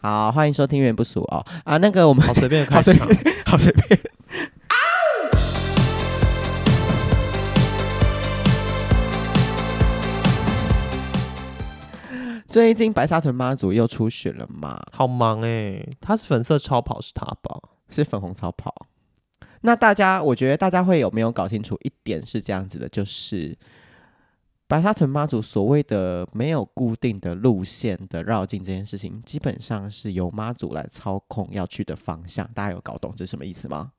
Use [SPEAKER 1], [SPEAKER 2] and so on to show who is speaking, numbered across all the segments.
[SPEAKER 1] 好，欢迎收听《源不俗》哦啊，那个我们
[SPEAKER 2] 好随便的
[SPEAKER 1] 好
[SPEAKER 2] 开
[SPEAKER 1] 随
[SPEAKER 2] 场
[SPEAKER 1] 便， 好随便。最近白沙屯妈祖又出巡了嘛？
[SPEAKER 2] 好忙哎、他是粉色超跑是他吧？
[SPEAKER 1] 是粉红超跑。那大家，我觉得大家会有没有搞清楚一点是这样子的，就是白沙屯妈祖所谓的没有固定的路线的绕境这件事情，基本上是由妈祖来操控要去的方向。大家有搞懂这是什么意思吗？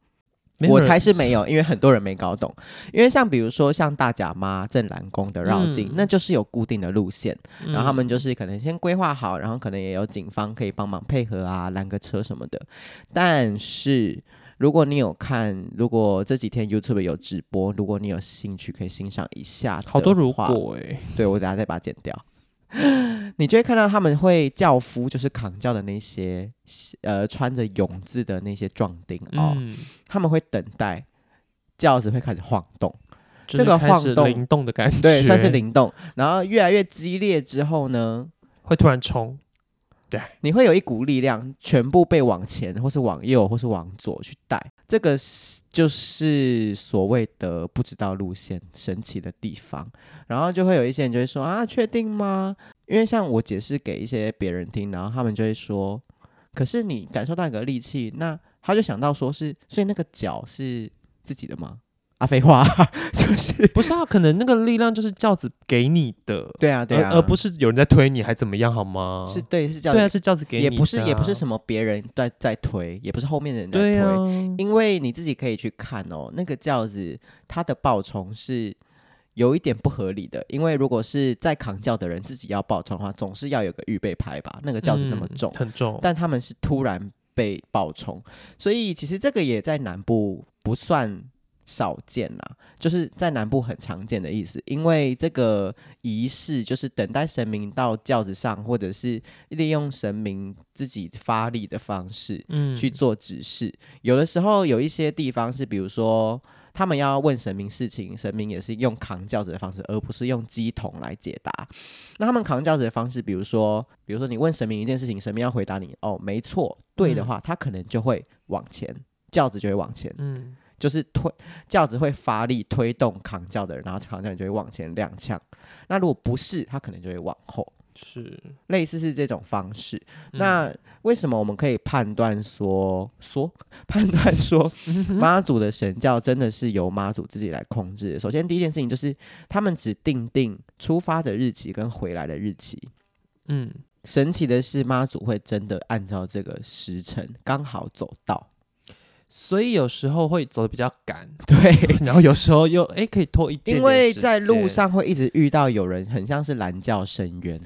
[SPEAKER 2] 没有
[SPEAKER 1] 我
[SPEAKER 2] 人
[SPEAKER 1] 猜是没有，因为很多人没搞懂。因为像比如说像大甲妈、镇澜宫的绕境，
[SPEAKER 2] 嗯
[SPEAKER 1] 那就是有固定的路线，
[SPEAKER 2] 嗯
[SPEAKER 1] 然后他们就是可能先规划好，然后可能也有警方可以帮忙配合啊，拦个车什么的。但是如果你有看，如果这几天 YouTube 有直播，如果你有兴趣，可以欣赏一下。
[SPEAKER 2] 好多如，果哎、
[SPEAKER 1] 对我等下再把它剪掉。 你就会看到他们会轿夫，就是扛轿的那些，呃，穿着泳字的那些壮丁哦，
[SPEAKER 2] 嗯，
[SPEAKER 1] 他们会等待，轿子会开始晃动，
[SPEAKER 2] 就
[SPEAKER 1] 这
[SPEAKER 2] 是
[SPEAKER 1] 个
[SPEAKER 2] 开始
[SPEAKER 1] 晃动
[SPEAKER 2] 灵动的感觉，
[SPEAKER 1] 对，算是灵动。然后越来越激烈之后呢，
[SPEAKER 2] 会突然冲，
[SPEAKER 1] 你会有一股力量全部被往前，或是往右，或是往左去带。这个是就是所谓的不知道路线神奇的地方。然后就会有一些人就会说啊，确定吗？因为像我解释给一些别人听，然后他们就会说，可是你感受到你的力气，那他就想到说是，所以那个脚是自己的吗？啊，废话， 就是
[SPEAKER 2] 不是啊，可能那个力量就是轿子给你的，
[SPEAKER 1] 对啊， 对啊，
[SPEAKER 2] 而呃而不是有人在推你还怎么样好吗？
[SPEAKER 1] 是对是叫
[SPEAKER 2] 对啊，是轿子给你
[SPEAKER 1] 也
[SPEAKER 2] 的啊，
[SPEAKER 1] 不是也不是什么别人在在推，也不是后面的人在推，
[SPEAKER 2] 对啊，
[SPEAKER 1] 因为你自己可以去看哦，那个轿子它的报酬是。有一点不合理的，因为如果是在扛轿的人自己要报酬的话，总是要有个预备牌吧？那个轿子那么
[SPEAKER 2] 嗯
[SPEAKER 1] 重，
[SPEAKER 2] 很重，
[SPEAKER 1] 但他们是突然被爆冲，所以其实这个也在南部不算少见啦，就是在南部很常见的意思。因为这个仪式就是等待神明到轿子上，或者是利用神明自己发力的方式
[SPEAKER 2] 嗯
[SPEAKER 1] 去做指示。有的时候有一些地方是，比如说。他们要问神明事情，神明也是用扛轿子的方式，而不是用鸡桶来解答。那他们扛轿子的方式，比如说，比如说你问神明一件事情，神明要回答你，哦，没错，对的话，他可能就会往前，轿子就会往前，
[SPEAKER 2] 嗯
[SPEAKER 1] 就是推轿子会发力推动扛轿的人，然后扛轿人就会往前踉跄。那如果不是，他可能就会往后，
[SPEAKER 2] 是
[SPEAKER 1] 类似是这种方式。
[SPEAKER 2] 嗯
[SPEAKER 1] 那为什么我们可以判断说说 判断说妈祖的神教真的是由妈祖自己来控制的？首先第一件事情就是他们只定定出发的日期跟回来的日期。
[SPEAKER 2] 嗯
[SPEAKER 1] 神奇的是，妈祖会真的按照这个时辰刚好走到。
[SPEAKER 2] 所以有时候会走的比较赶，
[SPEAKER 1] 对，
[SPEAKER 2] 然后有时候又哎可以拖一点点
[SPEAKER 1] 因为
[SPEAKER 2] 时
[SPEAKER 1] 在路
[SPEAKER 2] 间，
[SPEAKER 1] 上会一直遇到有人很像是拦轿深渊，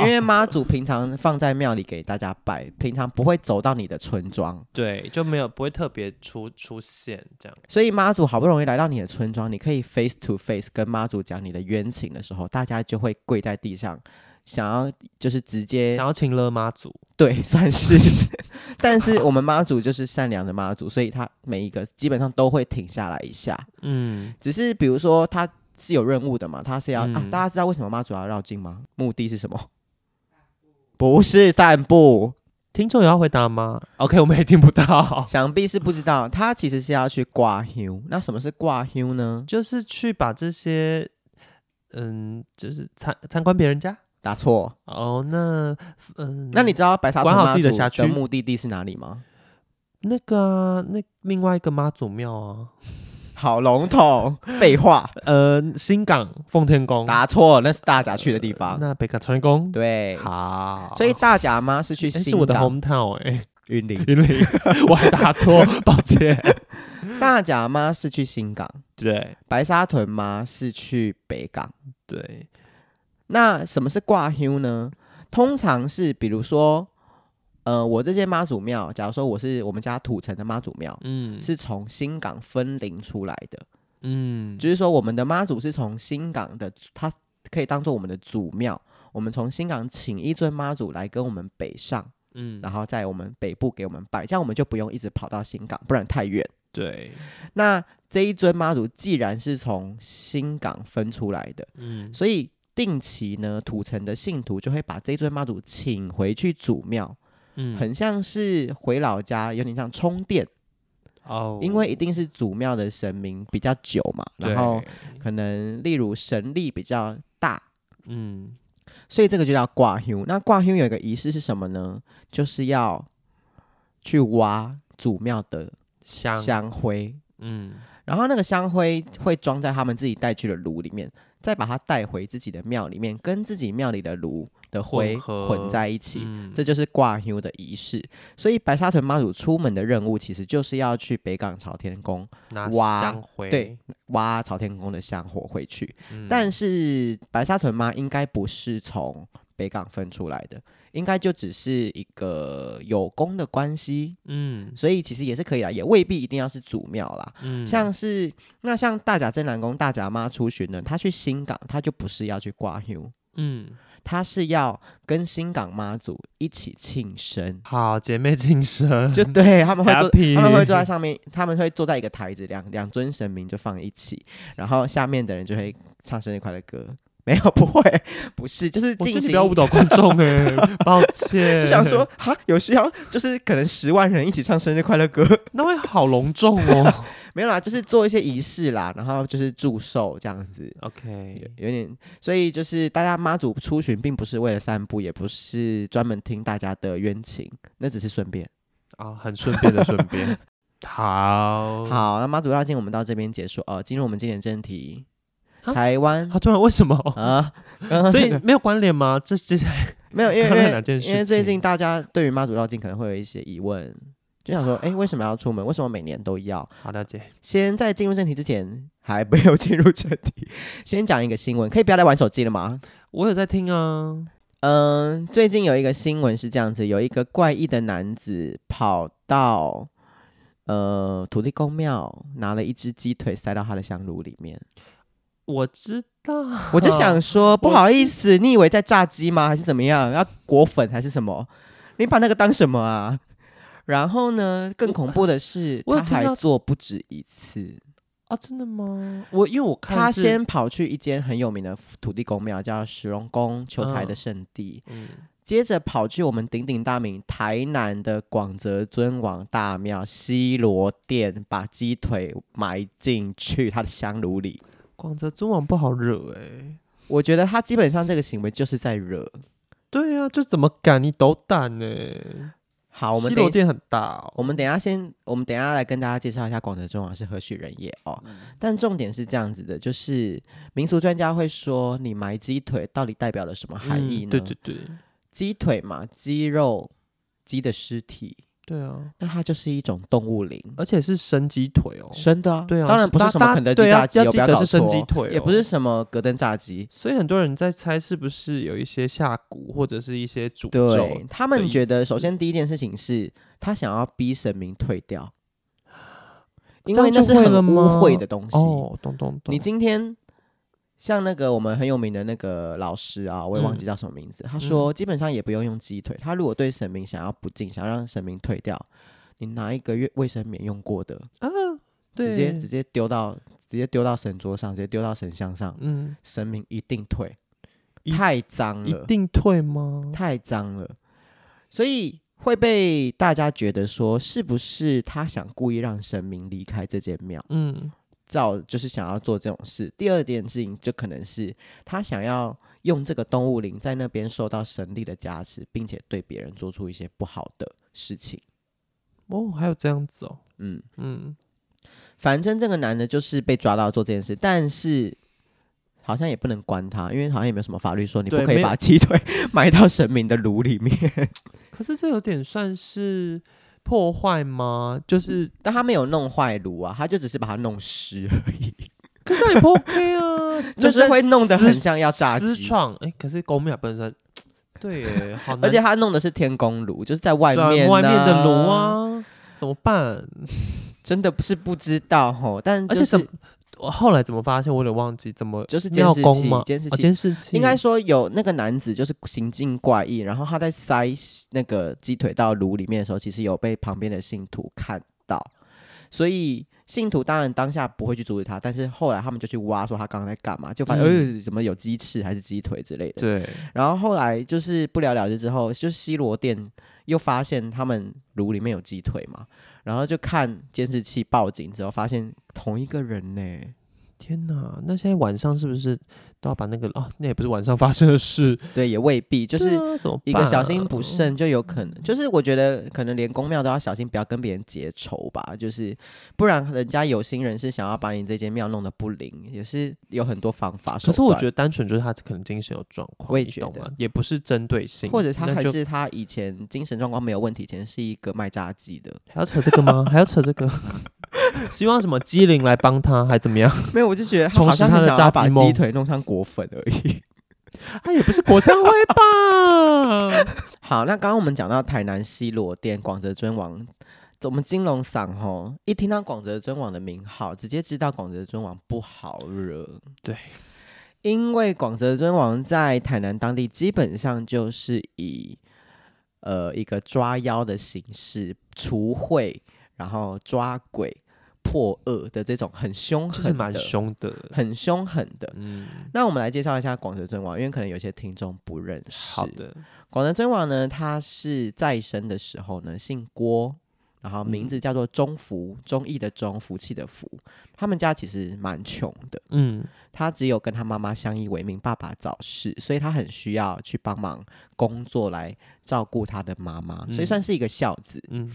[SPEAKER 1] 因为妈祖平常放在庙里给大家拜，平常不会走到你的村庄，
[SPEAKER 2] 对就没有不会特别出出现这样，
[SPEAKER 1] 所以妈祖好不容易来到你的村庄，你可以 face to face 跟妈祖讲你的冤情的时候，大家就会跪在地上，想要就是直接
[SPEAKER 2] 想要请了妈祖，
[SPEAKER 1] 对， 算是。但是我们妈祖就是善良的妈祖，所以她每一个基本上都会停下来一下。
[SPEAKER 2] 嗯，
[SPEAKER 1] 只是比如说，她是有任务的嘛，她是要、啊
[SPEAKER 2] 嗯，
[SPEAKER 1] 大家知道为什么妈祖要绕境吗？目的是什么？ 不是散步，
[SPEAKER 2] 听众有要回答吗？OK，我们也听不到，
[SPEAKER 1] 想必是不知道。她其实是要去挂香。那什么是挂香呢？
[SPEAKER 2] 就是去把这些嗯，就是参参观别人家
[SPEAKER 1] 打错。
[SPEAKER 2] 哦，那嗯，
[SPEAKER 1] 那你知道白沙屯
[SPEAKER 2] 管好
[SPEAKER 1] 妈
[SPEAKER 2] 自己的
[SPEAKER 1] 祖
[SPEAKER 2] 辖区
[SPEAKER 1] 目的地是哪里吗？
[SPEAKER 2] 那个啊、那另外一个妈祖庙啊，
[SPEAKER 1] 好笼统，废话，
[SPEAKER 2] 呃，新港奉天宫，
[SPEAKER 1] 答错，那是大家去的地方。
[SPEAKER 2] 呃那北港成功，
[SPEAKER 1] 对，
[SPEAKER 2] 好，
[SPEAKER 1] 所以大甲妈是去
[SPEAKER 2] 诶
[SPEAKER 1] 新
[SPEAKER 2] 是我的
[SPEAKER 1] 港
[SPEAKER 2] hometown 哎、
[SPEAKER 1] 云林。
[SPEAKER 2] 云林， 我还打错， 抱歉。
[SPEAKER 1] 大甲妈是去新港，
[SPEAKER 2] 对
[SPEAKER 1] 白沙屯妈是去北港。
[SPEAKER 2] 对，
[SPEAKER 1] 那什么是挂香呢？通常是比如说，呃，我这间妈祖庙，假如说我是我们家土城的妈祖庙，
[SPEAKER 2] 嗯
[SPEAKER 1] 是从新港分灵出来的，
[SPEAKER 2] 嗯，
[SPEAKER 1] 就是说我们的妈祖是从新港的，它可以当做我们的祖庙。我们从新港请一尊妈祖来跟我们北上，
[SPEAKER 2] 嗯
[SPEAKER 1] 然后在我们北部给我们拜，这样我们就不用一直跑到新港，不然太远。
[SPEAKER 2] 对，
[SPEAKER 1] 那这一尊妈祖既然是从新港分出来的，
[SPEAKER 2] 嗯
[SPEAKER 1] 所以定期呢，土城的信徒就会把这尊妈祖请回去祖庙，
[SPEAKER 2] 嗯，
[SPEAKER 1] 很像是回老家，有点像充电，
[SPEAKER 2] 哦，
[SPEAKER 1] 因为一定是祖庙的神明比较久嘛，然后
[SPEAKER 2] 对
[SPEAKER 1] 可能例如神力比较大，
[SPEAKER 2] 嗯
[SPEAKER 1] 所以这个就叫挂 h 那挂 h 有一个仪式是什么呢？就是要去挖祖庙的
[SPEAKER 2] 香
[SPEAKER 1] 香灰，
[SPEAKER 2] 嗯
[SPEAKER 1] 然后那个香灰会装在他们自己带去的炉里面，再把它带回自己的庙里面，跟自己庙里的炉的灰
[SPEAKER 2] 混合
[SPEAKER 1] 混在一起。
[SPEAKER 2] 嗯
[SPEAKER 1] 这就是挂 h 的仪式，所以白沙屯妈祖出门的任务其实就是要去北港朝天宫
[SPEAKER 2] 拿
[SPEAKER 1] 哇
[SPEAKER 2] 香灰
[SPEAKER 1] 对，挖朝天宫的香火回去。
[SPEAKER 2] 嗯
[SPEAKER 1] 但是白沙屯妈应该不是从北港分出来的，应该就只是一个有功的关系，
[SPEAKER 2] 嗯
[SPEAKER 1] 所以其实也是可以啊，也未必一定要是祖庙啦。
[SPEAKER 2] 嗯
[SPEAKER 1] 像是那像大甲镇南宫大甲妈出巡呢，她去新港，她就不是要去挂 h
[SPEAKER 2] 嗯，
[SPEAKER 1] 她是要跟新港妈祖一起庆生
[SPEAKER 2] 好姐妹晋 升
[SPEAKER 1] 就对他们会坐，
[SPEAKER 2] Happy
[SPEAKER 1] 他们会坐在上面，他们会坐在一个台子，两两尊神明就放一起，然后下面的人就会唱生日快乐歌。没有，不会，不 是，就是
[SPEAKER 2] 我觉
[SPEAKER 1] 进
[SPEAKER 2] 得你
[SPEAKER 1] 行
[SPEAKER 2] 不要
[SPEAKER 1] 一。
[SPEAKER 2] 误导 观众哎、抱歉，
[SPEAKER 1] 就想说，哈，有需要就是可能十万人一起唱生日快乐歌，
[SPEAKER 2] 那会好隆重 哦。
[SPEAKER 1] 没有啦，就是做一些仪式啦，然后就是祝寿这样子，有
[SPEAKER 2] OK，
[SPEAKER 1] 有点，所以就是大家妈祖出巡，并不是为了散步，也不是专门听大家的冤情，那只是顺便。
[SPEAKER 2] 啊，很顺便的顺 便，好，
[SPEAKER 1] 好，那妈祖绕境我们到这边结束哦，进入我们今天的正题，
[SPEAKER 2] 哈
[SPEAKER 1] 台湾
[SPEAKER 2] 他突然为什么？
[SPEAKER 1] 啊，刚刚
[SPEAKER 2] 所
[SPEAKER 1] 那
[SPEAKER 2] 以
[SPEAKER 1] 个
[SPEAKER 2] 没有关联吗？这 接下来
[SPEAKER 1] 没有，因为
[SPEAKER 2] 刚刚
[SPEAKER 1] 因
[SPEAKER 2] 两
[SPEAKER 1] 为
[SPEAKER 2] 件事
[SPEAKER 1] 因为最近
[SPEAKER 2] 情
[SPEAKER 1] 大家对于妈祖绕境可能会有一些疑问，就 想说，哎，为什么要出门？为什么每年都要？
[SPEAKER 2] 好了解，
[SPEAKER 1] 先在进入正题之前，还没有进入正题，先讲一个新闻，可以不要再玩手机了吗？
[SPEAKER 2] 我有在听啊，
[SPEAKER 1] 嗯，最近有一个新闻是这样子，有一个怪异的男子跑到呃土地公庙，拿了一只鸡腿塞到他的香炉里面。
[SPEAKER 2] 我知道，
[SPEAKER 1] 我就想
[SPEAKER 2] 嗯
[SPEAKER 1] 说，不
[SPEAKER 2] 我
[SPEAKER 1] 好意思，你以为在炸鸡吗？还是怎么样？要裹粉还是什么？你把那个当什么啊？然后呢，更恐怖的是，
[SPEAKER 2] 我有
[SPEAKER 1] 他
[SPEAKER 2] 听
[SPEAKER 1] 还
[SPEAKER 2] 到
[SPEAKER 1] 做不止一次。
[SPEAKER 2] 啊，真的吗？我因为我看
[SPEAKER 1] 他
[SPEAKER 2] 是，
[SPEAKER 1] 先跑去一间很有名的土地公庙，叫石龙宫求财的
[SPEAKER 2] 嗯
[SPEAKER 1] 圣地，
[SPEAKER 2] 嗯，
[SPEAKER 1] 接着跑去我们鼎鼎大名台南的广泽尊王大庙西罗殿，把鸡腿埋进去他的香炉里。
[SPEAKER 2] 广泽尊王不好惹哎、
[SPEAKER 1] 我觉得他基本上这个行为就是在惹。
[SPEAKER 2] 对啊，就怎么敢你斗胆呢、
[SPEAKER 1] 好，我们
[SPEAKER 2] 西
[SPEAKER 1] 等
[SPEAKER 2] 罗
[SPEAKER 1] 一下
[SPEAKER 2] 店很大哦，
[SPEAKER 1] 我们等一下先，我们等一下来跟大家介绍一下广泽尊王是何许人也哦。
[SPEAKER 2] 嗯
[SPEAKER 1] 但重点是这样子的，就是民俗专家会说，你埋鸡腿到底代表了什么含义呢？
[SPEAKER 2] 嗯对对对
[SPEAKER 1] 鸡腿嘛，鸡肉，鸡的尸体，
[SPEAKER 2] 对啊，
[SPEAKER 1] 那它就是一种动物灵，
[SPEAKER 2] 而且是生鸡腿哦，
[SPEAKER 1] 生的啊。
[SPEAKER 2] 呃对啊
[SPEAKER 1] 当然不是
[SPEAKER 2] 大
[SPEAKER 1] 什么
[SPEAKER 2] 大
[SPEAKER 1] 肯德
[SPEAKER 2] 对
[SPEAKER 1] 基炸
[SPEAKER 2] 啊
[SPEAKER 1] 鸡，
[SPEAKER 2] 要
[SPEAKER 1] 有
[SPEAKER 2] 记
[SPEAKER 1] 不要
[SPEAKER 2] 得
[SPEAKER 1] 搞
[SPEAKER 2] 是生
[SPEAKER 1] 错
[SPEAKER 2] 鸡腿
[SPEAKER 1] 也不
[SPEAKER 2] 哦
[SPEAKER 1] 是什么格登炸鸡。
[SPEAKER 2] 所以很多人在猜是不是有一些下蛊或者是一些诅咒
[SPEAKER 1] 对。他
[SPEAKER 2] 的
[SPEAKER 1] 们
[SPEAKER 2] 意
[SPEAKER 1] 觉得，首
[SPEAKER 2] 思
[SPEAKER 1] 先第一件事情是他想要逼神明退掉，因
[SPEAKER 2] 这
[SPEAKER 1] 为
[SPEAKER 2] 样
[SPEAKER 1] 那
[SPEAKER 2] 就是会
[SPEAKER 1] 很
[SPEAKER 2] 了
[SPEAKER 1] 污
[SPEAKER 2] 吗
[SPEAKER 1] 秽的东西。
[SPEAKER 2] 哦，懂懂懂。
[SPEAKER 1] 你今天像那个我们很有名的那个老师啊，我也
[SPEAKER 2] 嗯
[SPEAKER 1] 忘记叫什么名字，他说基本上也不用用鸡腿，他如果对神明想要不敬，想要让神明退掉，你拿一个月卫生棉用过的，
[SPEAKER 2] 啊，对，
[SPEAKER 1] 直接直接丢到直接丢到神桌上，直接丢到神像上，
[SPEAKER 2] 嗯，
[SPEAKER 1] 神明一定退，
[SPEAKER 2] 一
[SPEAKER 1] 太脏
[SPEAKER 2] 一
[SPEAKER 1] 嗯了，
[SPEAKER 2] 定退吗？
[SPEAKER 1] 太脏了，所以。会被大家觉得说，是不是他想故意让神明离开这间庙？
[SPEAKER 2] 嗯，
[SPEAKER 1] 造就是想要做这种事。第二件事情就可能是他想要用这个动物灵在那边受到神力的加持，并且对别人做出一些不好的事情。
[SPEAKER 2] 哦，还有这样子哦，
[SPEAKER 1] 嗯，
[SPEAKER 2] 嗯，
[SPEAKER 1] 反正这个男的就是被抓到做这件事，但是。好像也不能关他，因为好像也没有什么法律说你不
[SPEAKER 2] 对
[SPEAKER 1] 可以
[SPEAKER 2] 没有
[SPEAKER 1] 把鸡腿 埋到神明的炉里面，
[SPEAKER 2] 可是这有点算是破坏吗？就是，
[SPEAKER 1] 但他没有弄坏炉啊，他就只是把它弄湿而 已，
[SPEAKER 2] 可是那也不 OK 啊，
[SPEAKER 1] 就是会弄得
[SPEAKER 2] 得
[SPEAKER 1] 很像要炸
[SPEAKER 2] 私
[SPEAKER 1] 鸡，
[SPEAKER 2] 创，哎，可是公庙本身，对耶，好难，
[SPEAKER 1] 而且他弄的是天宫炉，就是在外
[SPEAKER 2] 在
[SPEAKER 1] 面、
[SPEAKER 2] 啊外面的炉，啊，怎么办？
[SPEAKER 1] 真的不是不知道吼，但、就
[SPEAKER 2] 而
[SPEAKER 1] 是、
[SPEAKER 2] 且怎么？我后来怎么发现？我有点忘记怎么
[SPEAKER 1] 就是监
[SPEAKER 2] 庙
[SPEAKER 1] 视
[SPEAKER 2] 公
[SPEAKER 1] 器
[SPEAKER 2] 吗？
[SPEAKER 1] 监视
[SPEAKER 2] 哦
[SPEAKER 1] 器
[SPEAKER 2] 监视器
[SPEAKER 1] 应该说有那个男子就是行径怪异，然后他在塞那个鸡腿到炉里面的时候，其实有被旁边的信徒看到，所以信徒当然当下不会去阻止他，但是后来他们就去挖说他刚刚在干嘛，就发现、
[SPEAKER 2] 嗯
[SPEAKER 1] 呃怎么有鸡翅还是鸡腿之类的。
[SPEAKER 2] 对，
[SPEAKER 1] 然后后来就是不了了之之后，就是西罗店又发现他们炉里面有鸡腿嘛，然后就看监视器报警之后，发现同一个人呢、
[SPEAKER 2] 天哪！那现在晚上是不是都要把那个哦？那也不是晚上发生的事，
[SPEAKER 1] 对，也未必，就
[SPEAKER 2] 就是怎么
[SPEAKER 1] 一个小
[SPEAKER 2] 办啊嗯
[SPEAKER 1] 心不慎就有可能，就是我觉得可能连公庙都要小心，不要跟别人结仇吧，就是不然人家有心人是想要把你这间庙弄得不灵，也是有很多方法手
[SPEAKER 2] 可
[SPEAKER 1] 段。
[SPEAKER 2] 是我觉得单纯就是他可能精神有状况，
[SPEAKER 1] 我也
[SPEAKER 2] 你
[SPEAKER 1] 觉
[SPEAKER 2] 懂
[SPEAKER 1] 得
[SPEAKER 2] 吗？也不是针对性，
[SPEAKER 1] 或者他
[SPEAKER 2] 那
[SPEAKER 1] 还
[SPEAKER 2] 就是
[SPEAKER 1] 他以前精神状况没有问题，以前是一个卖炸鸡的，
[SPEAKER 2] 还要扯这个吗？还要扯这个？ 希望什么机灵来帮他，还怎么样？
[SPEAKER 1] 没有，我就觉得他
[SPEAKER 2] 重
[SPEAKER 1] 好
[SPEAKER 2] 拾
[SPEAKER 1] 像
[SPEAKER 2] 他
[SPEAKER 1] 很
[SPEAKER 2] 的
[SPEAKER 1] 想要
[SPEAKER 2] 炸
[SPEAKER 1] 把
[SPEAKER 2] 鸡梦
[SPEAKER 1] 鸡腿弄成果粉而已。
[SPEAKER 2] 他哎也不是国商会吧？
[SPEAKER 1] 好，那刚刚我们讲到台南西罗店广泽尊王，我们金龙嗓吼，一听到广泽尊王的名号，直接知道广泽尊王不好惹。
[SPEAKER 2] 对，
[SPEAKER 1] 因为广泽尊王在台南当地基本上就是以呃一个抓妖的形式，除秽，然后抓鬼、破恶的这种很凶
[SPEAKER 2] 就
[SPEAKER 1] 狠的，
[SPEAKER 2] 是蛮凶的，
[SPEAKER 1] 很凶狠的。
[SPEAKER 2] 嗯，
[SPEAKER 1] 那我们来介绍一下广泽尊王，因为可能有些听众不认识。
[SPEAKER 2] 好的，
[SPEAKER 1] 广德尊王呢，他是在生的时候呢，姓郭，然后名字
[SPEAKER 2] 嗯
[SPEAKER 1] 叫做钟福，忠义的忠，福气的福。他们家其实蛮穷的，
[SPEAKER 2] 嗯，
[SPEAKER 1] 他只有跟他妈妈相依为命，爸爸早逝，所以他很需要去帮忙工作来照顾他的妈妈，所以
[SPEAKER 2] 嗯
[SPEAKER 1] 算是一个孝子。
[SPEAKER 2] 嗯，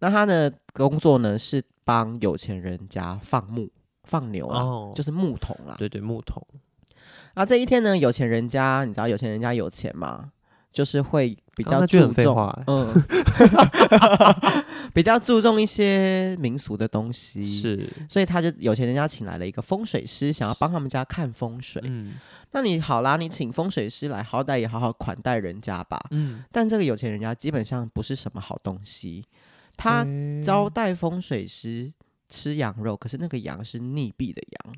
[SPEAKER 1] 那他的工作呢，是帮有钱人家放牧、放牛啦，
[SPEAKER 2] 哦，
[SPEAKER 1] 就是牧童啊啦。
[SPEAKER 2] 对对，木桶，
[SPEAKER 1] 那这一天呢，有钱人家，你知道有钱人家有钱嘛，就是会比
[SPEAKER 2] 刚
[SPEAKER 1] 较
[SPEAKER 2] 刚那句
[SPEAKER 1] 注
[SPEAKER 2] 很废
[SPEAKER 1] 重。
[SPEAKER 2] 话欸，
[SPEAKER 1] 嗯， 比较注重一些民俗的东西，，
[SPEAKER 2] 是，
[SPEAKER 1] 所以他就有钱人家请来了一个风水师，想要帮他们家看风水。
[SPEAKER 2] 嗯
[SPEAKER 1] 那你好啦，你请风水师来，好歹也好好款待人家吧。
[SPEAKER 2] 嗯，
[SPEAKER 1] 但这个有钱人家基本上不是什么好东西，他
[SPEAKER 2] 诶
[SPEAKER 1] 招待风水师吃羊肉，可是那个羊是溺毙的羊，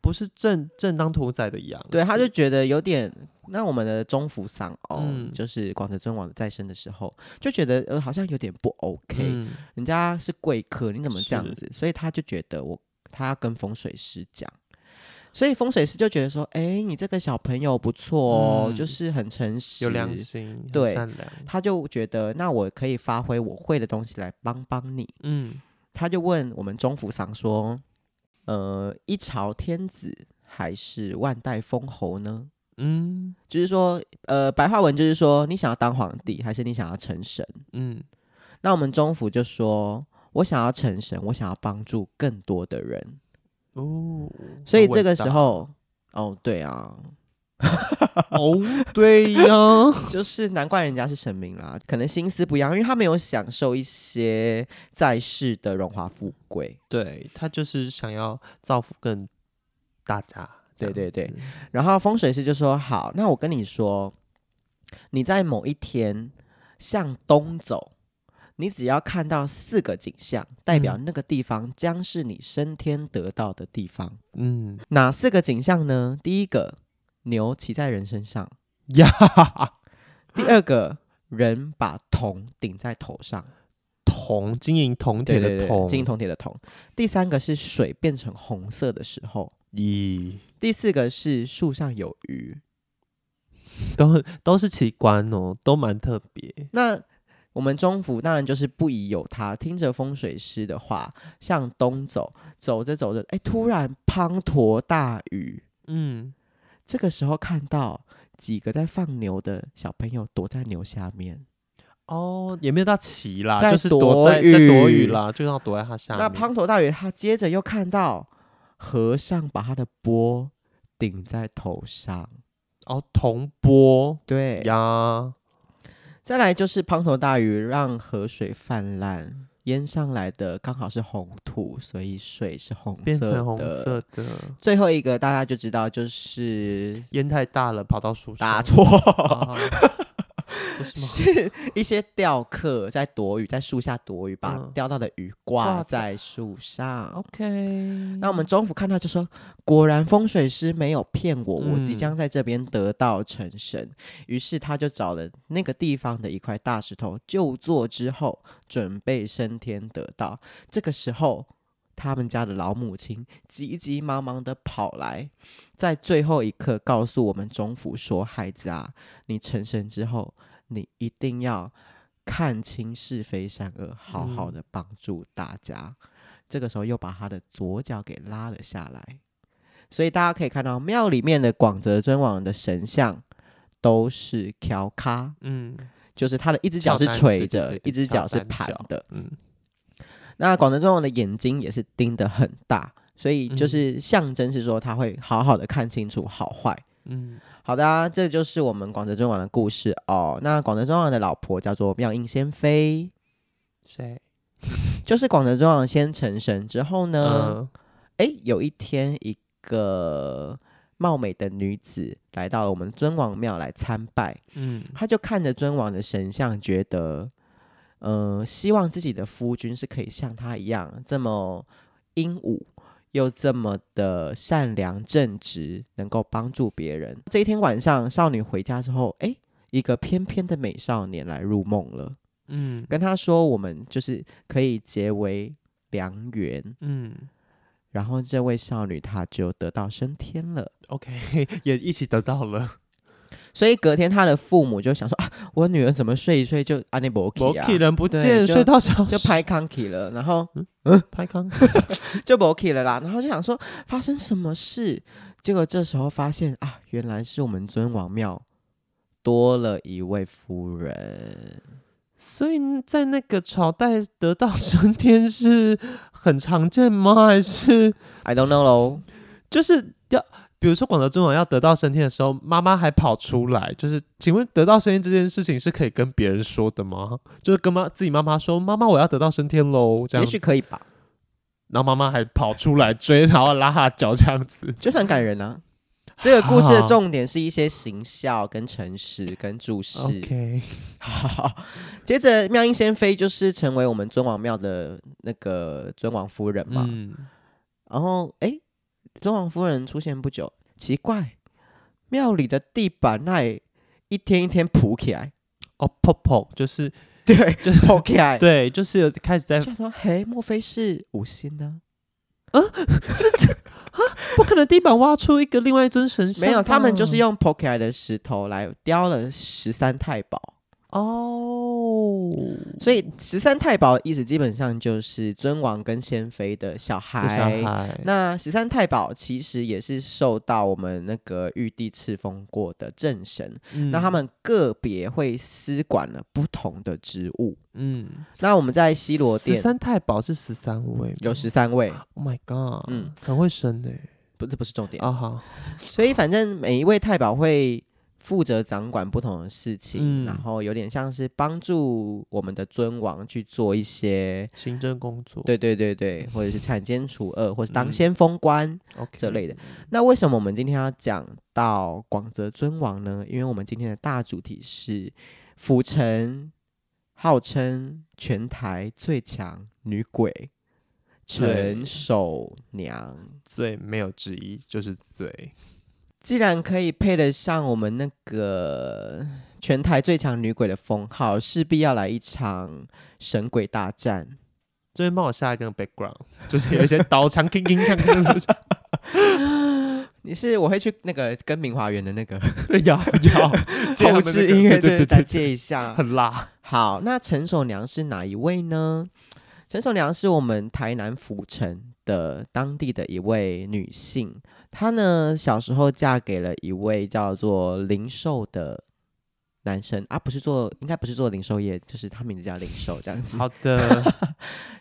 [SPEAKER 2] 不是正正当屠宰的羊，
[SPEAKER 1] 对，他就是觉得有点。那我们的中福丧哦，
[SPEAKER 2] 嗯
[SPEAKER 1] 就是广泽尊王在生的时候，就觉得呃好像有点不 OK，、
[SPEAKER 2] 嗯
[SPEAKER 1] 人家是贵客，你怎么这样
[SPEAKER 2] 是
[SPEAKER 1] 子？所以他就觉得我他要跟风水师讲，所以风水师就觉得说，哎、你这个小朋友不错哦，
[SPEAKER 2] 嗯
[SPEAKER 1] 就是很诚实，
[SPEAKER 2] 有良心，很
[SPEAKER 1] 对
[SPEAKER 2] 善良，
[SPEAKER 1] 他就觉得那我可以发挥我会的东西来帮帮你。
[SPEAKER 2] 嗯，
[SPEAKER 1] 他就问我们中福赏说，呃，一朝天子还是万代封侯呢？
[SPEAKER 2] 嗯
[SPEAKER 1] 就是说，呃，白话文就是说，你想要当皇帝，还是你想要成神？
[SPEAKER 2] 嗯，
[SPEAKER 1] 那我们中府就说：“我想要成神，我想要帮助更多的人。
[SPEAKER 2] 哦”，
[SPEAKER 1] 所以
[SPEAKER 2] 好
[SPEAKER 1] 这
[SPEAKER 2] 伟
[SPEAKER 1] 个
[SPEAKER 2] 大
[SPEAKER 1] 时，候，哦，对啊，
[SPEAKER 2] 哦，对呀，
[SPEAKER 1] 就是难怪人家是神明啦，可能心思不一样，因为他没有享受一些在世的荣华富贵。
[SPEAKER 2] 对他就是想要造福更大家，这
[SPEAKER 1] 对对
[SPEAKER 2] 样
[SPEAKER 1] 对
[SPEAKER 2] 子，
[SPEAKER 1] 然后风水师就说：“好，那我跟你说，你在某一天向东走。”你只要看到四个景象，代表
[SPEAKER 2] 嗯
[SPEAKER 1] 那个地方将是你升天得到的地方。
[SPEAKER 2] 嗯
[SPEAKER 1] 哪四个景象呢？第一个，牛骑在人身上；
[SPEAKER 2] 呀，
[SPEAKER 1] 第二个，人把铜顶在头上，
[SPEAKER 2] 铜金银铜铁
[SPEAKER 1] 对对
[SPEAKER 2] 的
[SPEAKER 1] 对，
[SPEAKER 2] 铜，
[SPEAKER 1] 金银铜铁的铜；第三个是水变成红色的时候；
[SPEAKER 2] 咦，
[SPEAKER 1] 第四个是树上有鱼。
[SPEAKER 2] 都都是奇观哦，都蛮特别，
[SPEAKER 1] 那我们中府当然就是不宜有他，听着风水师的话，向东走，走着走着，哎，突然滂沱大雨。
[SPEAKER 2] 嗯，
[SPEAKER 1] 这个时候看到几个在放牛的小朋友躲在牛下面，
[SPEAKER 2] 哦，也没有到奇啦，
[SPEAKER 1] 在
[SPEAKER 2] 就是
[SPEAKER 1] 躲
[SPEAKER 2] 躲在在躲
[SPEAKER 1] 雨
[SPEAKER 2] 雨啦，就要躲在他下
[SPEAKER 1] 那
[SPEAKER 2] 面，
[SPEAKER 1] 滂沱大雨，他接着又看到和尚把他的钵顶在头上，
[SPEAKER 2] 哦，铜钵
[SPEAKER 1] 对。
[SPEAKER 2] 呀，
[SPEAKER 1] 再来就是滂沱大雨让河水泛滥，淹上来的刚好是红土，所以水是红
[SPEAKER 2] 变
[SPEAKER 1] 色
[SPEAKER 2] 成红
[SPEAKER 1] 的。
[SPEAKER 2] 色的，
[SPEAKER 1] 最后一个大家就知道就是
[SPEAKER 2] 烟太大了，跑到树上，
[SPEAKER 1] 打错，
[SPEAKER 2] 啊不是吗？
[SPEAKER 1] 是一些钓客在躲雨，在树下躲雨，把
[SPEAKER 2] 嗯
[SPEAKER 1] 钓到的鱼
[SPEAKER 2] 挂
[SPEAKER 1] 挂
[SPEAKER 2] 在哦
[SPEAKER 1] 在树上。
[SPEAKER 2] OK，
[SPEAKER 1] 那我们中府看到就说，果然风水师没有骗我，我即
[SPEAKER 2] 嗯将
[SPEAKER 1] 将在这边得到成神。于是他就找了那个地方的一块大石头就坐之后，准备升天得道。这个时候，他们家的老母亲急急忙忙的跑来，在最后一刻告诉我们中府说：“孩子啊，你成神之后，你一定要看清是非善恶，好好
[SPEAKER 2] 嗯
[SPEAKER 1] 的帮助大家。这个时候又把他的左脚给拉了下来，所以大家可以看到庙里面的广泽尊王的神像都是乔咖，
[SPEAKER 2] 嗯
[SPEAKER 1] 就是他的一只脚
[SPEAKER 2] 翘
[SPEAKER 1] 是
[SPEAKER 2] 单
[SPEAKER 1] 垂
[SPEAKER 2] 对对
[SPEAKER 1] 着，
[SPEAKER 2] 对对
[SPEAKER 1] 一只
[SPEAKER 2] 翘
[SPEAKER 1] 脚是
[SPEAKER 2] 单
[SPEAKER 1] 盘
[SPEAKER 2] 脚
[SPEAKER 1] 的。
[SPEAKER 2] 嗯
[SPEAKER 1] 那广德中王的眼睛也是盯得很大，所以就
[SPEAKER 2] 嗯
[SPEAKER 1] 是象征是说他会好好的看清楚好坏。
[SPEAKER 2] 嗯，
[SPEAKER 1] 好的、啊，这就是我们广德中王的故事哦。那广德中王的老婆叫做妙音仙妃，
[SPEAKER 2] 谁？
[SPEAKER 1] 就是广德中王先成神之后呢，
[SPEAKER 2] 嗯
[SPEAKER 1] 诶，有一天一个貌美的女子来到了我们尊王庙来参拜，
[SPEAKER 2] 嗯
[SPEAKER 1] 她就看着尊王的神像，觉得，呃，希望自己的夫君是可以像他一样这么英武，又这么的善良正直，能够帮助别人。这一天晚上，少女回家之后，诶，一个翩翩的美少年来入梦了，
[SPEAKER 2] 嗯
[SPEAKER 1] 跟她说，我们就是可以结为良缘。
[SPEAKER 2] 嗯
[SPEAKER 1] 然后这位少女她就得到升天了。
[SPEAKER 2] ，OK，也 一起得到 了。
[SPEAKER 1] 所以隔天，她的父母就想说啊，我女儿怎么睡一睡就安尼不
[SPEAKER 2] 某
[SPEAKER 1] k 啊
[SPEAKER 2] k，人不
[SPEAKER 1] 对
[SPEAKER 2] 见，
[SPEAKER 1] 就
[SPEAKER 2] 睡到小
[SPEAKER 1] 就 拍康 y 了，然后
[SPEAKER 2] 嗯拍康。
[SPEAKER 1] 就 b o k 了啦，然后就想说发生什么事，结果这时候发现啊，原来是我们尊王庙多了一位夫人，
[SPEAKER 2] 所以在那个朝代得到升天是很常见吗？还是
[SPEAKER 1] I don't know 喽，
[SPEAKER 2] 就是要，比如说广德尊王要得到升天的时候，妈妈还跑出来，就是请问得到升天这件事情是可以跟别人说的吗？就是跟妈自己妈妈说，妈妈我要得到升天喽，这
[SPEAKER 1] 也
[SPEAKER 2] 样
[SPEAKER 1] 许
[SPEAKER 2] 子，
[SPEAKER 1] 可以吧，
[SPEAKER 2] 然后妈妈还跑出来追，然后拉她的脚这样子。
[SPEAKER 1] 就很感人啊。这个故事的
[SPEAKER 2] 好
[SPEAKER 1] 重点是一些行孝、跟诚实、跟注视。
[SPEAKER 2] OK，
[SPEAKER 1] 好，接着妙音仙妃就是成为我们尊王庙的那个尊王夫人嘛。
[SPEAKER 2] 嗯，
[SPEAKER 1] 然后，哎，尊王夫人出现不久，奇怪，庙里的地板那也一天一天铺起来，
[SPEAKER 2] 哦，popo 就是
[SPEAKER 1] 对，
[SPEAKER 2] 就是
[SPEAKER 1] 铺起来。
[SPEAKER 2] 对，就是有开始在
[SPEAKER 1] 就想说，嘿，莫非是五星呢？
[SPEAKER 2] 是这啊，不可能地板挖出一个另外一尊神像吧，
[SPEAKER 1] 没有，他们
[SPEAKER 2] 嗯
[SPEAKER 1] 就是用 p o k e 的石头来雕了十三太保，
[SPEAKER 2] 哦，
[SPEAKER 1] 所以十三太保的意思基本上就是尊王跟仙妃的小孩。
[SPEAKER 2] 的小孩，
[SPEAKER 1] 那十三太保其实也是受到我们那个玉帝敕封过的正神，
[SPEAKER 2] 嗯
[SPEAKER 1] 那他们个别会司管了不同的职务。
[SPEAKER 2] 嗯，
[SPEAKER 1] 那我们在西罗
[SPEAKER 2] 十
[SPEAKER 1] 殿
[SPEAKER 2] 三太保是十三位吗，
[SPEAKER 1] 有十三位，
[SPEAKER 2] ，Oh my God，
[SPEAKER 1] 嗯
[SPEAKER 2] 嗯，很会生的欸
[SPEAKER 1] 不，这不是重点。
[SPEAKER 2] 啊，好，
[SPEAKER 1] 所以反正每一位太保会负责掌管不同的事情，
[SPEAKER 2] 嗯
[SPEAKER 1] 然后有点像是帮助我们的尊王去做一些。
[SPEAKER 2] 行政工作，
[SPEAKER 1] 对对对对，或者是铲奸除恶，或是当
[SPEAKER 2] 嗯
[SPEAKER 1] 先锋官、
[SPEAKER 2] ，OK，
[SPEAKER 1] 这类的。
[SPEAKER 2] 嗯
[SPEAKER 1] 那为什么我们今天要讲到广泽尊王呢？因为我们今天的大主题是府城号称全台最强女鬼
[SPEAKER 2] 对
[SPEAKER 1] 陈守娘，
[SPEAKER 2] 最没有之一就是最，
[SPEAKER 1] 既然可以配得上我们那个全台最强女鬼的封号，势必要来一场神鬼大战。
[SPEAKER 2] 这边帮我下一个 background，就是有一些刀枪铿铿锵锵的，
[SPEAKER 1] 你是我会去那个跟明华园的那个
[SPEAKER 2] 对， 要要借他
[SPEAKER 1] 后
[SPEAKER 2] 们那
[SPEAKER 1] 置
[SPEAKER 2] 个
[SPEAKER 1] 音乐队
[SPEAKER 2] 对对
[SPEAKER 1] 来
[SPEAKER 2] 对，对
[SPEAKER 1] 借一下，
[SPEAKER 2] 很辣，
[SPEAKER 1] 好，那陈守娘是哪一位呢？陈守娘是我们台南府城的当地的一位女性，她呢小时候嫁给了一位叫做林寿的男生啊，不是做应该不是做零售业，就是他名字叫林寿这样子。
[SPEAKER 2] 好的，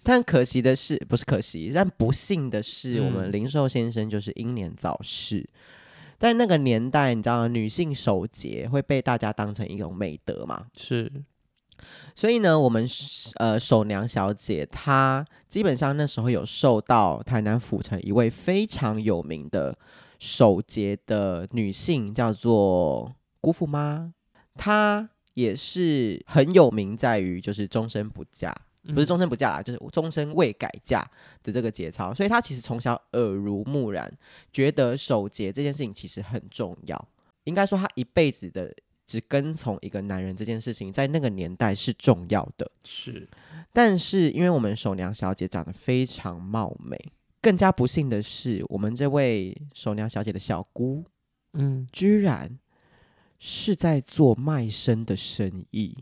[SPEAKER 1] 但可惜的是，不是可惜，但不幸的是，我们
[SPEAKER 2] 嗯
[SPEAKER 1] 林寿先生就是英年早逝。在那个年代，你知道女性守节会被大家当成一种美德嘛？
[SPEAKER 2] 是，
[SPEAKER 1] 所以呢，我们是呃守娘小姐她基本上那时候有受到台南府城一位非常有名的守节的女性，叫做姑父妈，她也是很有名，在于就是终身不嫁。不是
[SPEAKER 2] 嗯
[SPEAKER 1] 终身不嫁啦，就是终身未改嫁的这个节操，所以她其实从小耳濡目染，觉得守节这件事情其实很重要。应该说，她一辈子的只跟从一个男人这件事情，在那个年代是重要的。
[SPEAKER 2] 是，
[SPEAKER 1] 但是因为我们守娘小姐长得非常貌美，更加不幸的是，我们这位守娘小姐的小姑
[SPEAKER 2] 嗯，
[SPEAKER 1] 居然是在做卖身的生意，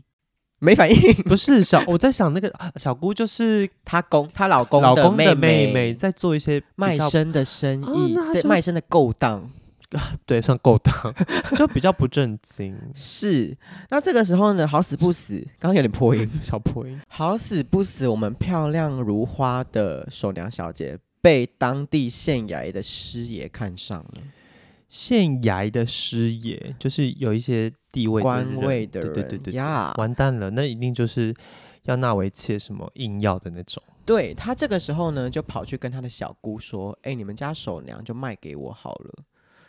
[SPEAKER 1] 没反应。
[SPEAKER 2] 不是小，我在想那个小姑就是
[SPEAKER 1] 她公她老公
[SPEAKER 2] 老
[SPEAKER 1] 的
[SPEAKER 2] 公的
[SPEAKER 1] 妹
[SPEAKER 2] 妹在做一些比
[SPEAKER 1] 卖
[SPEAKER 2] 较
[SPEAKER 1] 身的生
[SPEAKER 2] 哦
[SPEAKER 1] 意
[SPEAKER 2] 那她，
[SPEAKER 1] 对
[SPEAKER 2] 就
[SPEAKER 1] 卖身的勾当
[SPEAKER 2] 对，算勾当，就比较不正经，
[SPEAKER 1] 是。那这个时候呢，好死不死，刚刚有点破音，
[SPEAKER 2] 小破音。
[SPEAKER 1] 好死不死，我们漂亮如花的守娘小姐被当地县衙的师爷看上了，
[SPEAKER 2] 县衙的师爷就是有一些地位的
[SPEAKER 1] 官
[SPEAKER 2] 人
[SPEAKER 1] 位的
[SPEAKER 2] 对
[SPEAKER 1] 人
[SPEAKER 2] 对对对对
[SPEAKER 1] 呀
[SPEAKER 2] 完蛋了，那一定就是要纳为妾什么硬要的那种。
[SPEAKER 1] 对他这个时候呢，就跑去跟他的小姑说：“哎，你们家守娘就卖给我好了，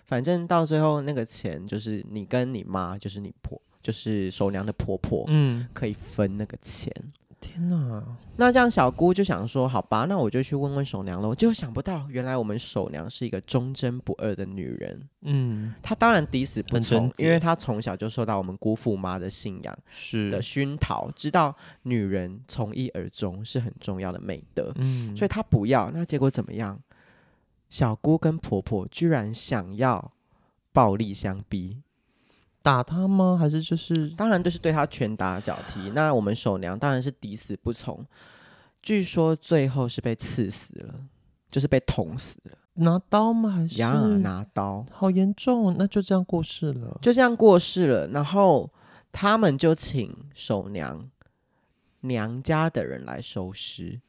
[SPEAKER 1] 反正到最后那个钱就是你跟你妈，就是你婆，就是守娘的婆婆
[SPEAKER 2] 嗯，
[SPEAKER 1] 可以分那个钱。”
[SPEAKER 2] 天哪，
[SPEAKER 1] 那这样小姑就想说，好吧，那我就去问问守娘喽。结果想不到，原来我们守娘是一个忠贞不二的女人。
[SPEAKER 2] 嗯，
[SPEAKER 1] 她当然抵死不
[SPEAKER 2] 很
[SPEAKER 1] 从
[SPEAKER 2] 贞，洁
[SPEAKER 1] 因为她从小就受到我们姑父妈的信仰的
[SPEAKER 2] 是，
[SPEAKER 1] 熏陶，知道女人从一而终是很重要的美德，
[SPEAKER 2] 嗯，
[SPEAKER 1] 所以她不要。那结果怎么样？小姑跟婆婆居然想要暴力相逼，
[SPEAKER 2] 打他吗？还是就是
[SPEAKER 1] 当然就是对她拳打脚踢。那我们守娘当然是抵死不从，据说最后是被刺死了，就是被捅死了，
[SPEAKER 2] 拿刀吗？还是
[SPEAKER 1] 然而拿刀，
[SPEAKER 2] 好严重哦，那就这样过世了。
[SPEAKER 1] 就这样过世了。然后他们就请守娘娘家的人来收尸，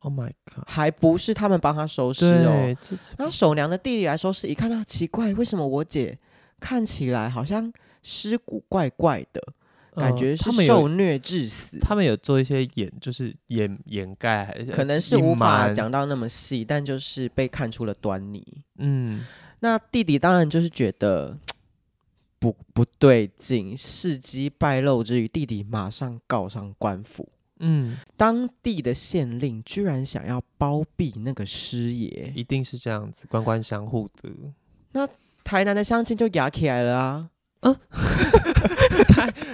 [SPEAKER 2] Oh my god！
[SPEAKER 1] 还不是他们帮她收尸哦。
[SPEAKER 2] 对，这是
[SPEAKER 1] 然后守娘的弟弟来收尸，一看到奇怪，为什么我姐看起来好像尸骨怪怪的，感
[SPEAKER 2] 呃
[SPEAKER 1] 觉是
[SPEAKER 2] 他们
[SPEAKER 1] 受
[SPEAKER 2] 有
[SPEAKER 1] 虐致死。
[SPEAKER 2] 他们有做一些掩，就是掩掩盖，还
[SPEAKER 1] 可能是无
[SPEAKER 2] 隐
[SPEAKER 1] 法
[SPEAKER 2] 瞒
[SPEAKER 1] 讲到那么细，但就是被看出了端倪。
[SPEAKER 2] 嗯，
[SPEAKER 1] 那弟弟当然就是觉得不不对劲，事机败露之余，弟弟马上告上官府。
[SPEAKER 2] 嗯，
[SPEAKER 1] 当地的县令居然想要包庇那个师爷，
[SPEAKER 2] 一定是这样子，官官相护 的。
[SPEAKER 1] 台南的乡亲就牙起来了啊！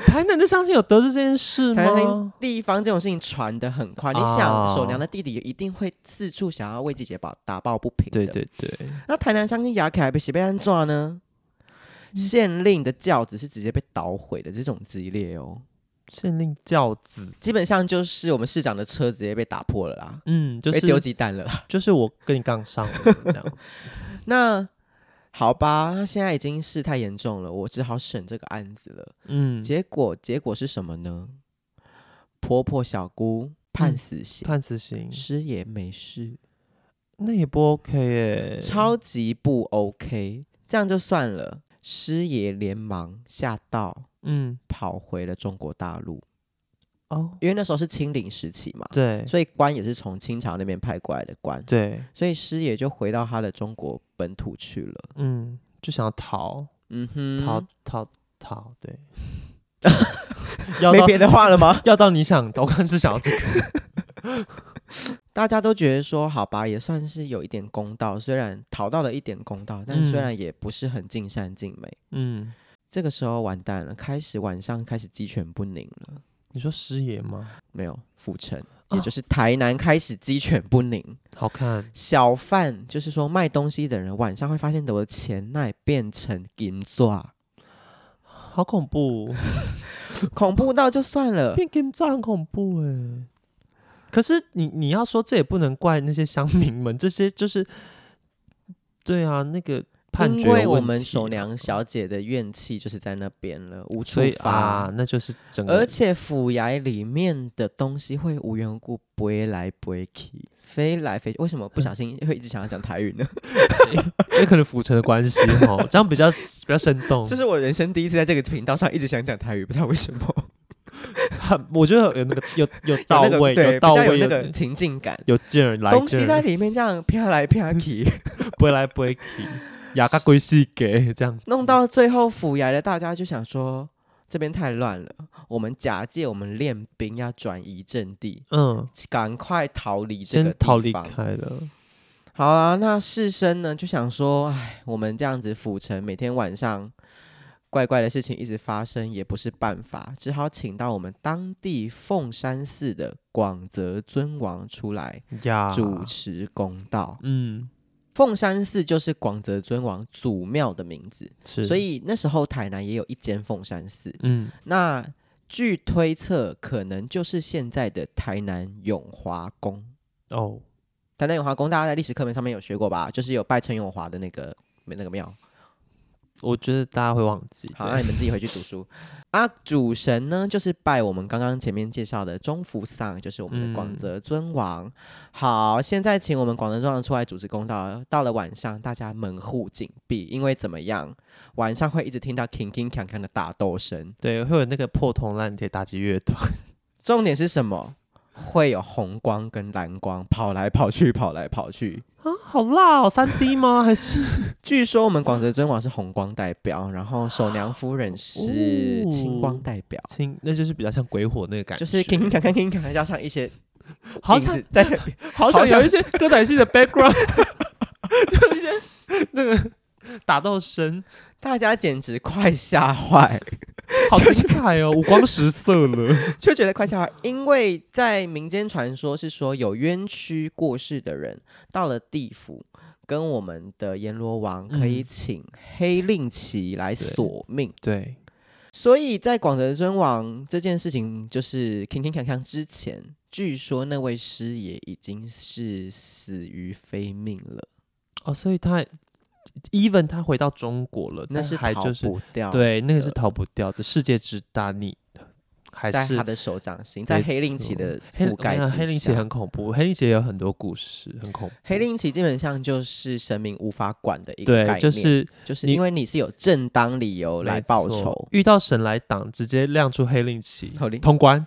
[SPEAKER 2] 台南的相亲有得知这件事
[SPEAKER 1] 台南
[SPEAKER 2] 吗？
[SPEAKER 1] 地方这种事情传得很快，你
[SPEAKER 2] 哦
[SPEAKER 1] 想守娘的弟弟一定会四处想要为自己打打抱不平的。
[SPEAKER 2] 对对对，
[SPEAKER 1] 那台南乡亲牙凯被谁被安抓呢？
[SPEAKER 2] 嗯
[SPEAKER 1] 县令的轿子是直接被捣毁的，这种激烈哦，
[SPEAKER 2] 县令教子，
[SPEAKER 1] 基本上就是我们市长的车直接被打破了啦，
[SPEAKER 2] 嗯，就
[SPEAKER 1] 被丢
[SPEAKER 2] 是
[SPEAKER 1] 鸡蛋了 啦。
[SPEAKER 2] 就是我跟你杠上 了这样子，
[SPEAKER 1] 那好吧，他现在已经事态严重了，我只好审这个案子了。
[SPEAKER 2] 嗯，
[SPEAKER 1] 结果结果是什么呢？婆婆小姑判
[SPEAKER 2] 嗯
[SPEAKER 1] 死刑，
[SPEAKER 2] 判死刑，
[SPEAKER 1] 师爷没事，
[SPEAKER 2] 那也不 OK 耶，
[SPEAKER 1] 超级不 OK，这样就算了。师爷连忙下道
[SPEAKER 2] 嗯
[SPEAKER 1] 跑回了中国大陆。
[SPEAKER 2] 哦，
[SPEAKER 1] 因为那时候是清领时期嘛，
[SPEAKER 2] 对
[SPEAKER 1] 所以官也是从清朝那边派过来的官，
[SPEAKER 2] 对，
[SPEAKER 1] 所以师爷就回到他的中国本土去了。
[SPEAKER 2] 嗯，就想要逃
[SPEAKER 1] 嗯哼，
[SPEAKER 2] 逃逃逃， 对， 要
[SPEAKER 1] 没
[SPEAKER 2] 到
[SPEAKER 1] 别的话了吗？
[SPEAKER 2] 要到你想，我刚是想要这个，
[SPEAKER 1] 大家都觉得说，好吧，也算是有一点公道，虽然讨到了一点公道，但
[SPEAKER 2] 嗯
[SPEAKER 1] 虽然也不是很尽善尽美。
[SPEAKER 2] 嗯，
[SPEAKER 1] 这个时候完蛋了，开始晚上开始鸡犬不宁了。
[SPEAKER 2] 你说师爷吗？
[SPEAKER 1] 没有府城，
[SPEAKER 2] 哦
[SPEAKER 1] 也就是台南开始鸡犬不宁。
[SPEAKER 2] 好看，
[SPEAKER 1] 小贩就是说卖东西的人，晚上会发现我的钱袋变成啊银爪，
[SPEAKER 2] 好恐怖。
[SPEAKER 1] 恐怖到就算了。
[SPEAKER 2] 变 game 照很恐怖哎、可是你你要说这也不能怪那些乡民们，这些 就是对啊，那个判决
[SPEAKER 1] 因
[SPEAKER 2] 有
[SPEAKER 1] 为我
[SPEAKER 2] 问
[SPEAKER 1] 们
[SPEAKER 2] 题
[SPEAKER 1] 守
[SPEAKER 2] 啊
[SPEAKER 1] 娘小姐的怨气就是在那边了，无处
[SPEAKER 2] 所以
[SPEAKER 1] 发。
[SPEAKER 2] 啊，那就是整个
[SPEAKER 1] 而且府衙里面的东西会无缘无故飞来飞去，飞来飞去。为什么不小心会一直想要讲台语 呢？
[SPEAKER 2] 也可能浮沉的关系 哈，这样比较比较生动。
[SPEAKER 1] 这是我人生第一次在这个频道上一直想讲台语，不知道为什么。
[SPEAKER 2] 他，我觉得有那个有有 到
[SPEAKER 1] 有那
[SPEAKER 2] 位，
[SPEAKER 1] 个对，
[SPEAKER 2] 到
[SPEAKER 1] 比较
[SPEAKER 2] 位，
[SPEAKER 1] 有那
[SPEAKER 2] 有
[SPEAKER 1] 个情境感。
[SPEAKER 2] 有劲儿来
[SPEAKER 1] 东
[SPEAKER 2] 劲
[SPEAKER 1] 西在
[SPEAKER 2] 儿，
[SPEAKER 1] 里面这样飘来飘 去，
[SPEAKER 2] 不会来不会去，牙嘎归西给这样子，
[SPEAKER 1] 弄到最后府衙的大家就想说，这边太乱了，我们假借我们练兵要转移阵地，
[SPEAKER 2] 嗯，
[SPEAKER 1] 赶快逃离这
[SPEAKER 2] 先
[SPEAKER 1] 个
[SPEAKER 2] 逃
[SPEAKER 1] 地
[SPEAKER 2] 离
[SPEAKER 1] 方。
[SPEAKER 2] 开了，
[SPEAKER 1] 好啊，那士绅呢就想说，哎，我们这样子府城每天晚上怪怪的事情一直发生也不是办法，只好请到我们当地凤山寺的广泽尊王出来
[SPEAKER 2] 呀，
[SPEAKER 1] 主持公道。
[SPEAKER 2] 嗯
[SPEAKER 1] 凤山寺就是广泽尊王祖庙的名字，
[SPEAKER 2] 是，
[SPEAKER 1] 所以那时候台南也有一间凤山寺。
[SPEAKER 2] 嗯
[SPEAKER 1] 那据推测，可能就是现在的台南永华宫。
[SPEAKER 2] 哦
[SPEAKER 1] 台南永华宫，大家在历史课本上面有学过吧？就是有拜陈永华的那个那个庙。
[SPEAKER 2] 我觉得大家会忘记。
[SPEAKER 1] 好，
[SPEAKER 2] 对
[SPEAKER 1] 那你们自己回去读书。啊，主神呢，就是拜我们刚刚前面介绍的中福丧，就是我们的广
[SPEAKER 2] 嗯
[SPEAKER 1] 泽尊王。好，现在请我们广泽尊王出来主持公道。到了晚上，大家门户紧闭，因为怎么样，晚上会一直听到 king king 锵锵的打斗声。
[SPEAKER 2] 对，会有那个破铜烂铁打击乐团。
[SPEAKER 1] 重点是什么？会有红光跟蓝光跑来跑去，跑来跑去。
[SPEAKER 2] 啊，好辣哦！三 D 吗？还是
[SPEAKER 1] 据说我们广泽尊王是红光代表，然后守娘夫人是青光代表，
[SPEAKER 2] 亲？那就是比较像鬼火那个哦感觉，
[SPEAKER 1] 就是 king king 锵锵 king king 锵锵加上一些
[SPEAKER 2] 好
[SPEAKER 1] 影
[SPEAKER 2] 想
[SPEAKER 1] 子在那边。
[SPEAKER 2] 好
[SPEAKER 1] 好
[SPEAKER 2] 想
[SPEAKER 1] 想
[SPEAKER 2] 有一些歌仔戏的 background，有一些那个打斗声，
[SPEAKER 1] 大家简直快吓坏，
[SPEAKER 2] 好精彩哦，五光十色了。
[SPEAKER 1] 就觉得快吓坏，因为在民间传说是说有冤屈过世的人到了地府，跟我们的阎罗王可以
[SPEAKER 2] 嗯
[SPEAKER 1] 请黑令旗来
[SPEAKER 2] 对
[SPEAKER 1] 索命，
[SPEAKER 2] 对，
[SPEAKER 1] 所以在广德尊王这件事情就是 king king 锵锵之前，据说那位师爷已经是死于非命了，
[SPEAKER 2] 哦，所以他 even 他回到中国了，
[SPEAKER 1] 那
[SPEAKER 2] 但
[SPEAKER 1] 是
[SPEAKER 2] 还
[SPEAKER 1] 逃
[SPEAKER 2] 就是
[SPEAKER 1] 不掉，，
[SPEAKER 2] 对，那个是
[SPEAKER 1] 的
[SPEAKER 2] 逃不掉的。世界之大，你还
[SPEAKER 1] 在
[SPEAKER 2] 是
[SPEAKER 1] 他的手掌心，在
[SPEAKER 2] 没
[SPEAKER 1] 黑令旗
[SPEAKER 2] 错
[SPEAKER 1] 的
[SPEAKER 2] 黑
[SPEAKER 1] 覆
[SPEAKER 2] 我跟
[SPEAKER 1] 盖
[SPEAKER 2] 你
[SPEAKER 1] 之
[SPEAKER 2] 讲
[SPEAKER 1] 下。
[SPEAKER 2] 黑令旗很恐怖，黑令旗也有很多故事，很恐怖。
[SPEAKER 1] 黑令旗基本上就是神明无法管的一个概念，
[SPEAKER 2] 对，就是
[SPEAKER 1] 就是
[SPEAKER 2] 你
[SPEAKER 1] 因为你是有正当理由来
[SPEAKER 2] 没
[SPEAKER 1] 报
[SPEAKER 2] 错
[SPEAKER 1] 仇，
[SPEAKER 2] 遇到神来挡，直接亮出黑令旗
[SPEAKER 1] 好嘞，
[SPEAKER 2] 通关，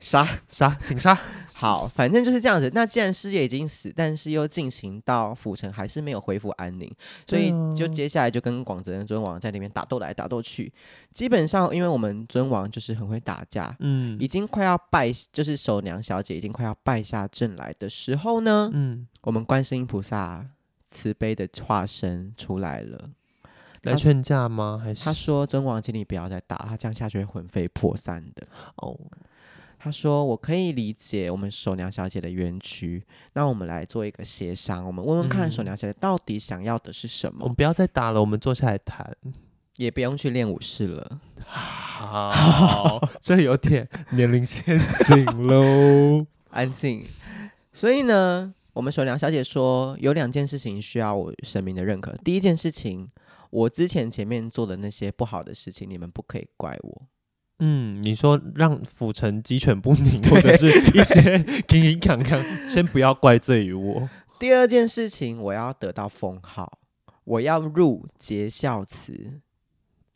[SPEAKER 1] 杀
[SPEAKER 2] 杀，请杀。
[SPEAKER 1] 好，反正就是这样子。那既然师爷已经死，但是又进行到府城还是没有恢复安宁，所以
[SPEAKER 2] 对啊
[SPEAKER 1] 就接下来就跟广泽跟尊王在那边打斗来打斗去。基本上，因为我们尊王就是很会打架，
[SPEAKER 2] 嗯
[SPEAKER 1] 已经快要败，就是守娘小姐已经快要败下阵来的时候呢，
[SPEAKER 2] 嗯，
[SPEAKER 1] 我们观世音菩萨慈悲的化身出来了。
[SPEAKER 2] 来
[SPEAKER 1] 他
[SPEAKER 2] 劝架吗？还是
[SPEAKER 1] 他说：“尊王，请你不要再打，他这样下去会魂飞魄散的。
[SPEAKER 2] 哦，”
[SPEAKER 1] 他说：“我可以理解我们守娘小姐的冤屈，那我们来做一个协商，我们问问看
[SPEAKER 2] 嗯
[SPEAKER 1] 守娘小姐到底想要的是什
[SPEAKER 2] 我
[SPEAKER 1] 么，
[SPEAKER 2] 们不要再打了，我们坐下来谈。
[SPEAKER 1] 也不用去练武士了。
[SPEAKER 2] 好，这有点年龄陷阱喽。
[SPEAKER 1] 安静。所以呢，我们守娘小姐说有两件事情需要我神明的认可。第一件事情，我之前前面做的那些不好的事情，你们不可以怪我。
[SPEAKER 2] 嗯，你说让府城鸡犬不宁，或者是一些 铿铿锵锵，先不要怪罪于我。
[SPEAKER 1] 第二件事情，我要得到封号，我要入结孝祠。”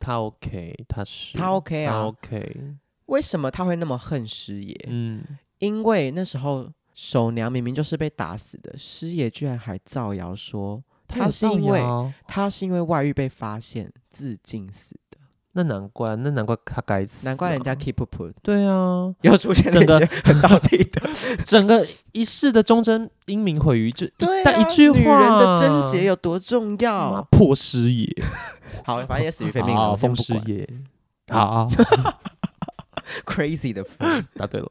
[SPEAKER 2] 他 OK，他是
[SPEAKER 1] 他 OK 啊
[SPEAKER 2] 他 OK。
[SPEAKER 1] 为什么他会那么恨师爷？
[SPEAKER 2] 嗯，
[SPEAKER 1] 因为那时候守娘明明就是被打死的，师爷居然还造谣说他
[SPEAKER 2] 有
[SPEAKER 1] 是
[SPEAKER 2] 造
[SPEAKER 1] 因为
[SPEAKER 2] 谣
[SPEAKER 1] 他是因为外遇被发现自尽死的，
[SPEAKER 2] 那难怪，那难怪他该死啊、
[SPEAKER 1] 难怪人家 keep up
[SPEAKER 2] 对啊，
[SPEAKER 1] 又出现
[SPEAKER 2] 整
[SPEAKER 1] 那
[SPEAKER 2] 个
[SPEAKER 1] 些很道地的。
[SPEAKER 2] 整个一世的忠贞英明毁于就
[SPEAKER 1] 对、啊，
[SPEAKER 2] 但一句话，
[SPEAKER 1] 女人的贞洁有多重
[SPEAKER 2] 妈
[SPEAKER 1] 要？
[SPEAKER 2] 破师爷，
[SPEAKER 1] 好，反正也死于非命了，
[SPEAKER 2] 好
[SPEAKER 1] 我先
[SPEAKER 2] 风
[SPEAKER 1] 不
[SPEAKER 2] 师
[SPEAKER 1] 管。
[SPEAKER 2] 爷，好，
[SPEAKER 1] crazy 的风。
[SPEAKER 2] 答 对了，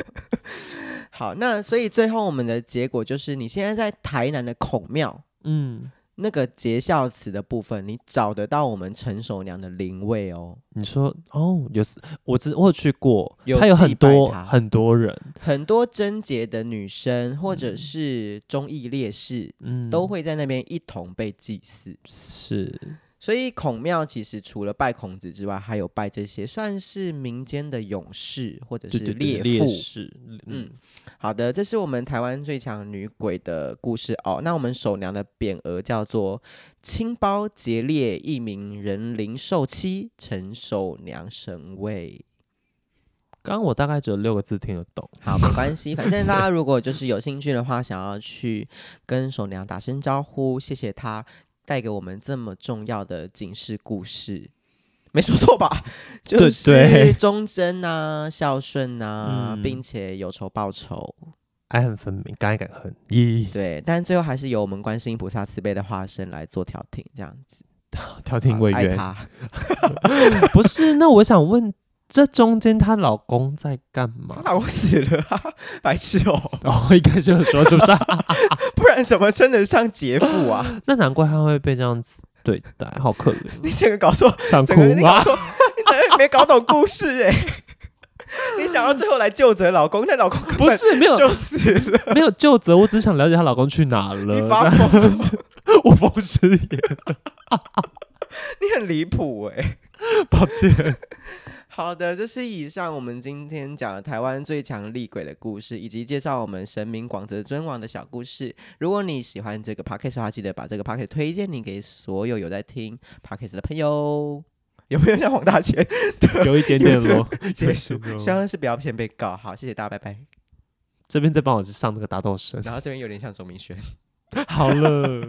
[SPEAKER 1] 好，那所以最后我们的结果就是，你现在在台南的孔庙。
[SPEAKER 2] 嗯，
[SPEAKER 1] 那个结孝祠的部分，你找得到我们陈守娘的灵位哦。
[SPEAKER 2] 你说哦，有我知我有去过
[SPEAKER 1] 有，
[SPEAKER 2] 他有
[SPEAKER 1] 祭
[SPEAKER 2] 很
[SPEAKER 1] 拜
[SPEAKER 2] 多
[SPEAKER 1] 他
[SPEAKER 2] 很多人，
[SPEAKER 1] 很多贞洁的女生或者是忠义烈士，
[SPEAKER 2] 嗯，
[SPEAKER 1] 都会在那边一同被祭祀。
[SPEAKER 2] 是
[SPEAKER 1] 所以孔庙其实除了拜孔子之外，还有拜这些算是民间的勇士或者是
[SPEAKER 2] 对对
[SPEAKER 1] 烈
[SPEAKER 2] 对
[SPEAKER 1] 妇。
[SPEAKER 2] 烈士，
[SPEAKER 1] 嗯
[SPEAKER 2] 嗯，
[SPEAKER 1] 好的，这是我们台湾最强女鬼的故事哦。那我们守娘的匾额叫做“青包劫烈一名人灵寿妻陈守娘神位”。
[SPEAKER 2] 刚刚我大概只有六个字听得懂，
[SPEAKER 1] 好，没关系，反正大家如果就是有兴趣的话，想要去跟守娘打声招呼，谢谢她带给我们这么重要的警示故事，没说错吧？就
[SPEAKER 2] 对
[SPEAKER 1] 是
[SPEAKER 2] 对
[SPEAKER 1] 忠贞啊，孝顺啊，
[SPEAKER 2] 嗯
[SPEAKER 1] 并且有仇报仇，
[SPEAKER 2] 爱恨分明，敢爱敢恨，咦，
[SPEAKER 1] 对，但最后还是由我们观世音菩萨慈悲的化身来做调停，这样子。
[SPEAKER 2] 调停委
[SPEAKER 1] 爱
[SPEAKER 2] 员。
[SPEAKER 1] 他。
[SPEAKER 2] 不是，那我想问，这中间她老公在干
[SPEAKER 1] 她
[SPEAKER 2] 嘛？
[SPEAKER 1] 老公死了、 啊，白痴哦、
[SPEAKER 2] 哦，应该就有说是不是？
[SPEAKER 1] 不然怎么称得上杰夫啊？
[SPEAKER 2] 那难怪她会被这样子对待，好可 怜，
[SPEAKER 1] 你整个搞错，
[SPEAKER 2] 想
[SPEAKER 1] 整个你
[SPEAKER 2] 哭
[SPEAKER 1] 搞
[SPEAKER 2] 啊！
[SPEAKER 1] 错，你整 个没搞懂故事哎、 你想到最后来救责老公，但老公根
[SPEAKER 2] 不
[SPEAKER 1] 本
[SPEAKER 2] 是 没有
[SPEAKER 1] 就死了，
[SPEAKER 2] 没有就责，我只是想了解她老公去哪了。
[SPEAKER 1] 你发疯，
[SPEAKER 2] 啊 我风湿也，
[SPEAKER 1] 你很离谱哎。
[SPEAKER 2] 抱歉。
[SPEAKER 1] 好的，这是以上我们今天讲的台湾最强厉鬼的故事，以及介绍我们神明广泽尊王的小故事。如果你喜欢这个 podcast 的话，记得把这个 podcast 推荐你给所有有在听 podcast 的朋友。有没有像黄大 千
[SPEAKER 2] 有一点点咯，？
[SPEAKER 1] 结束 希望是不要先被告。好，谢谢大家，拜拜。
[SPEAKER 2] 这边再帮我上那个打斗声。
[SPEAKER 1] 然后这边有点像钟明轩。
[SPEAKER 2] 好了。